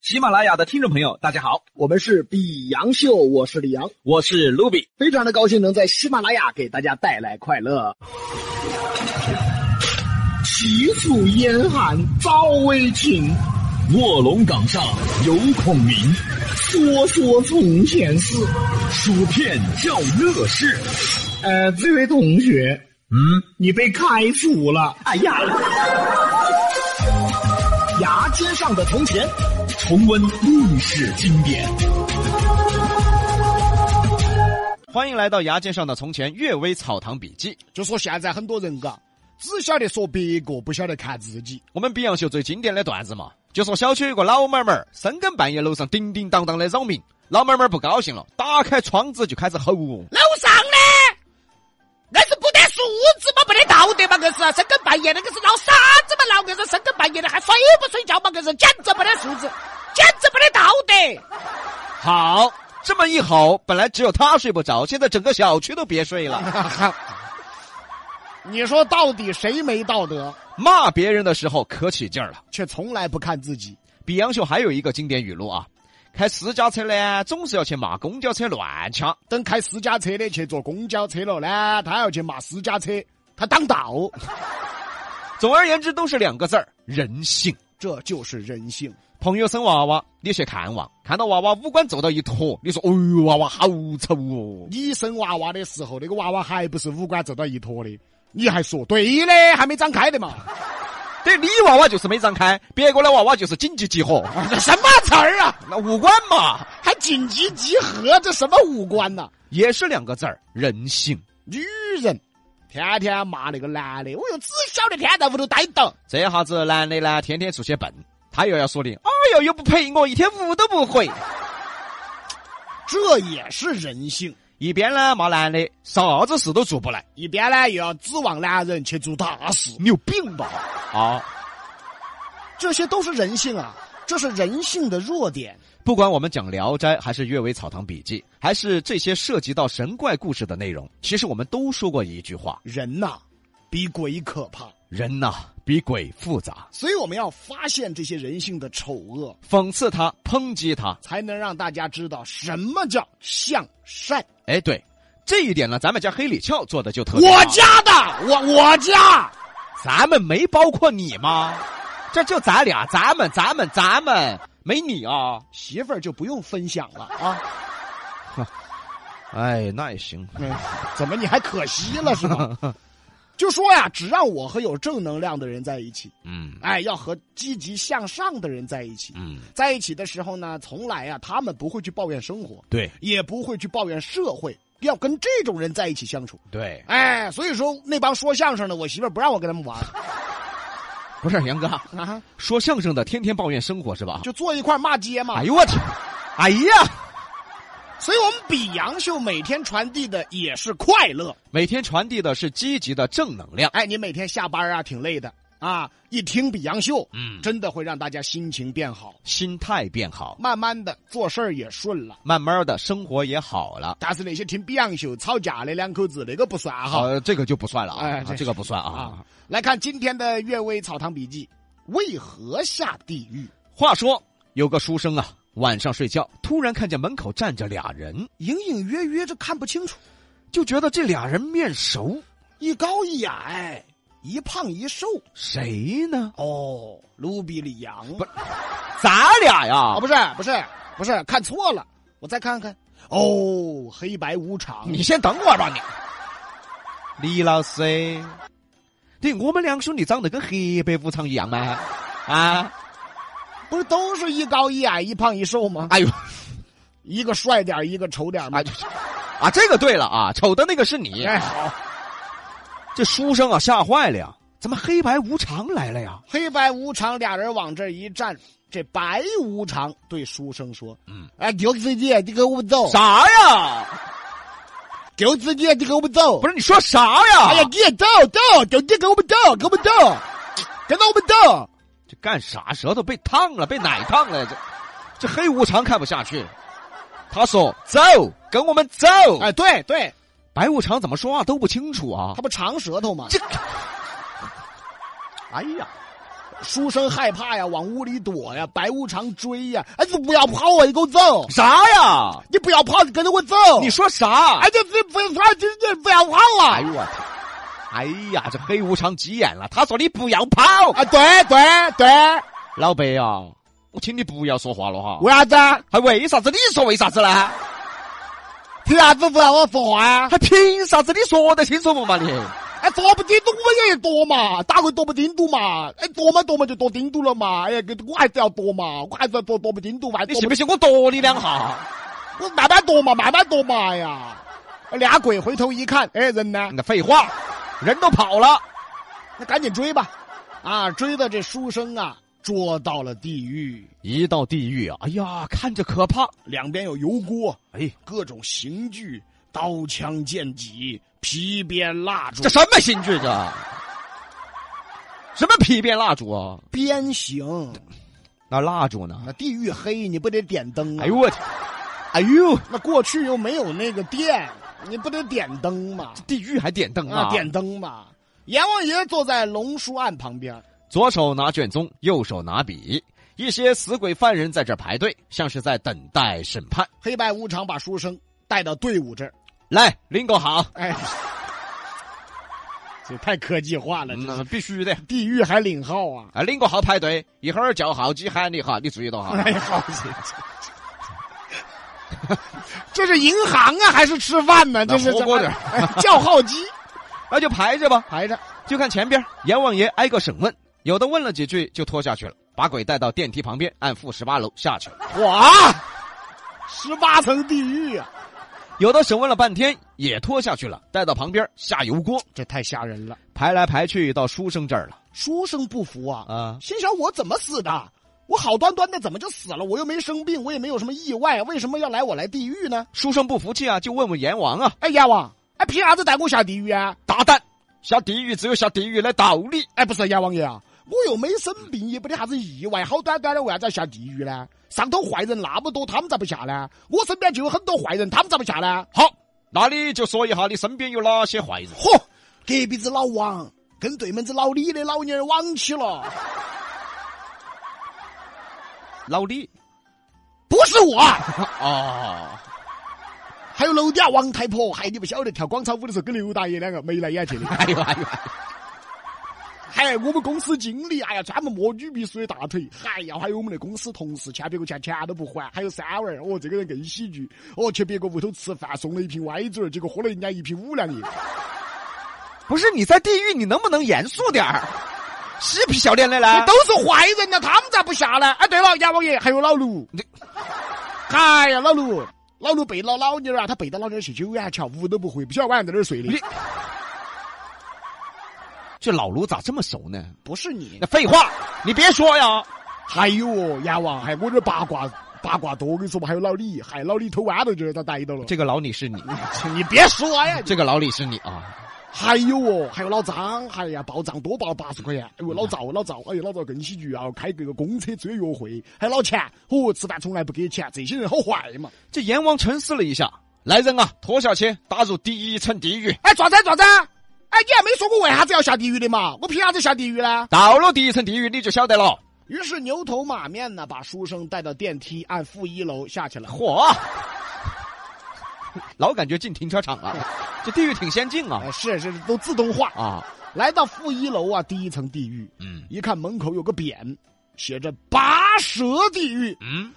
喜马拉雅的听众朋友，大家好，我们是比杨秀，我是李阳，我是卢比。非常的高兴能在喜马拉雅给大家带来快乐。齐楚燕韩赵魏秦，卧龙岗上有孔明，说说从前事。薯片叫乐事。呃，这位同学，嗯，你被开除了。哎呀，牙尖上的从前，重温历史经典。欢迎来到牙尖上的从前《阅微草堂笔记》。就说现在很多人嘎，只晓得说别个，不晓得看自己。我们比洋秀最经典的段子嘛，就说小区有个老买卖儿，深更半夜楼上叮叮当当的扰民，老买卖儿不高兴了，打开窗子就开始吼。楼上呢，硬是不得素质嘛，没得道德嘛，硬是啊深更半夜的，硬是闹啥子嘛，闹硬是深更半夜的还睡不睡觉嘛，硬是简直没得素质，简直没得道德。好，这么一吼，本来只有他睡不着，现在整个小区都别睡了。你说到底谁没道德，骂别人的时候可起劲儿了。却从来不看自己？比洋秀还有一个经典语录啊，开私家车呢，总是要去骂公交车乱掐。等开私家车的去坐公交车了呢，他要去骂私家车，他当道，总而言之，都是两个字儿：人性。 这就是人性。朋友生娃娃，你去看望，看到娃娃五官皱到一坨，你说：“哎呦，娃娃好丑哦你生娃娃的时候，那个娃娃还不是五官皱到一坨的？你还说对的，还没长开的嘛？！” 对，你娃娃就是没长开，别个的娃娃就是紧急集合，啊这什么词儿啊？ 那五官嘛，还紧急集合，这什么五官呐、也是两个字儿：人性。女人天天骂那个男的，我又只晓得天天在屋头待到。这下子男的呢，天天出去蹦，他又要说的：“哎呦，又不陪我，一天屋都不回。这也是人性。” 一边呢骂男的啥子事都做不来，一边呢又要指望男人去做大事，你有病吧？啊！这些都是人性啊，这是人性的弱点。不管我们讲《聊斋》，还是《阅微草堂笔记》，还是这些涉及到神怪故事的内容，其实我们都说过一句话：人呐、比鬼可怕，人呐、比鬼复杂。所以我们要发现这些人性的丑恶，讽刺他，抨击他。才能让大家知道什么叫向善。哎，对，这一点呢，咱们家黑李翘做的就特别好我家的，我我家，咱们没包括你吗？这就咱俩，咱们咱们咱们没你啊！媳妇儿就不用分享了啊。哎，那也行。嗯，怎么你还可惜了是吧？ 就说呀，只让我和有正能量的人在一起，嗯哎，要和积极向上的人在一起。嗯，在一起的时候呢，从来啊，他们不会去抱怨生活，对也不会去抱怨社会，要跟这种人在一起相处。对，哎，所以说那帮说相声的，我媳妇儿不让我跟他们玩 不是杨哥，啊，说相声的天天抱怨生活是吧？就坐一块儿骂街嘛哎。呦我天！哎呀，所以我们比杨秀每天传递的也是快乐。每天传递的是积极的正能量。哎，你每天下班啊挺累的啊，一听比杨秀，嗯，真的会让大家心情变好，心态变好，慢慢的做事儿也顺了。慢慢的生活也好了。但是那些听比杨秀吵架的两口子，那个不算哈。好，呃这个就不算了啊，哎啊这这个不算啊啊。，来看今天的《阅微草堂笔记》，为何下地狱？话说有个书生啊，晚上睡觉突然看见门口站着俩人，隐隐约约这看不清楚，就觉得这俩人面熟，一高一矮，一胖一瘦。谁呢？哦，卢比里扬不咱俩呀啊，！不是不是不是，看错了，我再看看。哦，黑白无常，你先等会儿吧，你。李老师，你我们两兄弟长得跟黑白无常一样吗？啊，不是都是一高一矮一胖一瘦吗？哎呦，一个帅点儿一个丑点儿吗啊？就是啊，这个对了啊，丑的那个是你。哎，好，这书生啊吓坏了呀，怎么黑白无常来了呀？黑白无常俩人往这儿一站，这白无常对书生说：“嗯，哎，刘子健，你给我们走。”啥呀？给我自己，你给我们走！不是，是你啊说啥呀？哎呀，你也走走，走，你给我们走，给我们走，跟着我们哦走。这干啥？舌头被烫了，被奶烫了。这这黑无常看不下去，他说：“走，跟我们走。”哎，对对，白无常怎么说话都不清楚啊他。不长舌头吗？这哎呀，书生害怕呀，往屋里躲呀，白无常追呀，哎，你不要跑我，你给我走，啥呀？你不要跑，你跟着我走。你说啥？哎，这这不要跑，这这不要跑啊哎了。呦我操！哎呀，这黑无常急眼了，他说你不要跑，啊，对对对，老白呀、我请你不要说话了哈。为啥子？还为啥子？你说为啥子呢？凭啥子不让我说话呀？还凭啥子？你说得清楚不嘛你？哎，说不清楚我也躲嘛，打个躲不清楚嘛，哎，躲嘛躲嘛就躲清楚了嘛，哎呀，我还是要躲嘛，我还是要躲躲不清楚，万一你躲信不不信我剁你两下？我慢慢躲嘛，慢慢躲嘛哎呀。俩鬼回头一看，哎，人呢？那废话，人都跑了，那赶紧追吧！啊，追的这书生啊，捉到了地狱，一到地狱啊，哎呀，看着可怕。两边有油锅，哎，各种刑具，刀枪剑戟，皮鞭蜡烛这，什么刑具这？什么皮鞭蜡烛啊？鞭刑。那蜡烛呢？那地狱黑，你不得点灯啊？哎呦我，哎呦，那过去又没有那个电，你不得点灯嘛？地狱还点灯啊啊？，点灯嘛。阎王爷坐在龙书案旁边，左手拿卷宗，右手拿笔。一些死鬼犯人在这儿排队，像是在等待审判。黑白无常把书生带到队伍这儿。来，领个好，哎，这太科技化了，这那嗯必须的。地狱还领号啊！啊，领个号排队，一会儿叫号机喊你哈，你注意到哈。 哎，好这这是银行啊，还是吃饭呢？这是那火锅怎么店哎叫号机那就排着吧。 排着，就看前边阎王爷挨个审问，有的问了几句就拖下去了，把鬼带到电梯旁边，按负十八楼下去了。哇，十八层地狱啊！有的审问了半天也拖下去了，带到旁边下油锅，这太吓人了。排来排去到书生这儿了书生不服啊，啊！心想我怎么死的？我好端端的怎么就死了？我又没生病，我也没有什么意外，为什么要来我来地狱呢？书生不服气啊，就问问阎王啊。哎，阎王，哎，凭啥子带我下地狱啊？大胆，下地狱只有下地狱的道理。哎，不是阎王爷啊，我又没生病，也不得啥子意外，好端端的为啥子要下地狱呢？上头坏人那么多，他们咋不下呢？我身边就有很多坏人，他们咋不下呢？好，那你就说一下你身边有哪些坏人？嚯，隔壁子老王跟对门子老李的老娘儿往起了，老李不是我，哦，还有楼底下王太婆，还你不晓得跳广场舞的时候跟刘大爷两个眉来眼去的，哎呦哎呦，还哎我们公司经理，哎呀，专门摸女秘书的大腿，还要还有我们的公司同事欠别个钱钱都不还，还有三娃儿，哦，这个人更喜剧，哦，去别个屋头吃饭送了一瓶歪子儿，结果喝了人家一瓶五粮液。 不是你在地狱，你能不能严肃点儿？嬉皮笑脸的这来哎都。是坏人呐，他们咋不下呢？哎，对了，阎王爷还有老卢你，哎呀，老卢，老卢背到老妞儿啊，他背到老妞儿去九眼桥，屋都不回，不晓得晚上在哪儿睡的你。这老卢咋这么熟呢？不是你，那废话，你别说呀！还有哦，阎王，还我这八卦八卦多，我跟你说嘛，还有老李，还老李偷豌豆就儿他逮到了。这个老李是你，你别说呀，这个老李是你啊！还有哦，还有老张，哎呀，报账多报八十块钱。哎呦，老赵，老赵，哎呀，老赵更喜剧啊，开这个公车追约会，还老钱，哦，吃饭从来不给钱，这些人好坏嘛。这阎王沉思了一下，来人啊，拖下去，打入第一层地狱。哎，爪子爪子，哎，你还没说我为啥子要下地狱的嘛？我凭啥子下地狱呢？到了第一层地狱，你就晓得了。于是哎牛头马面呢，把书生带到电梯，按负一楼下去了。嚯！ 老感觉进停车场了，这地狱挺先进啊哎，是是，都自动化。啊！来到负一楼啊，第一层地狱，嗯一看门口有个匾，写着“拔舌地狱嗯，”。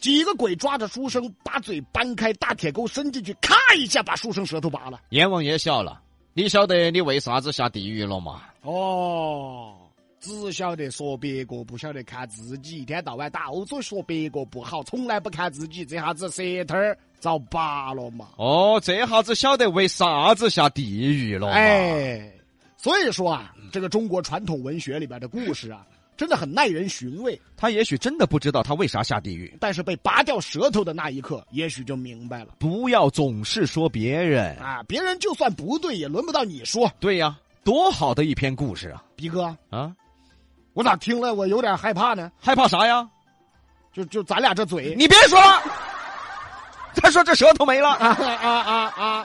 几个鬼抓着书生，把嘴搬开，大铁钩伸进去，咔一下把书生舌头拔了。阎王爷笑了，你晓得你为啥子下地狱了吗？哦，只晓得说别个，不晓得看自己，一天到晚到处说别个不好，从来不看自己，这下子舌头儿遭拔了嘛！哦，这下子晓得为啥子下地狱了嘛？哎，所以说啊，这个中国传统文学里边的故事啊，真的很耐人寻味。他也许真的不知道他为啥下地狱。但是被拔掉舌头的那一刻，也许就明白了不要总是说别人。啊！别人就算不对，也轮不到你说。对呀、多好的一篇故事啊！逼哥，啊，我咋听了我有点害怕呢？害怕啥呀？就就咱俩这嘴，你别说了，再说这舌头没了。啊啊啊啊！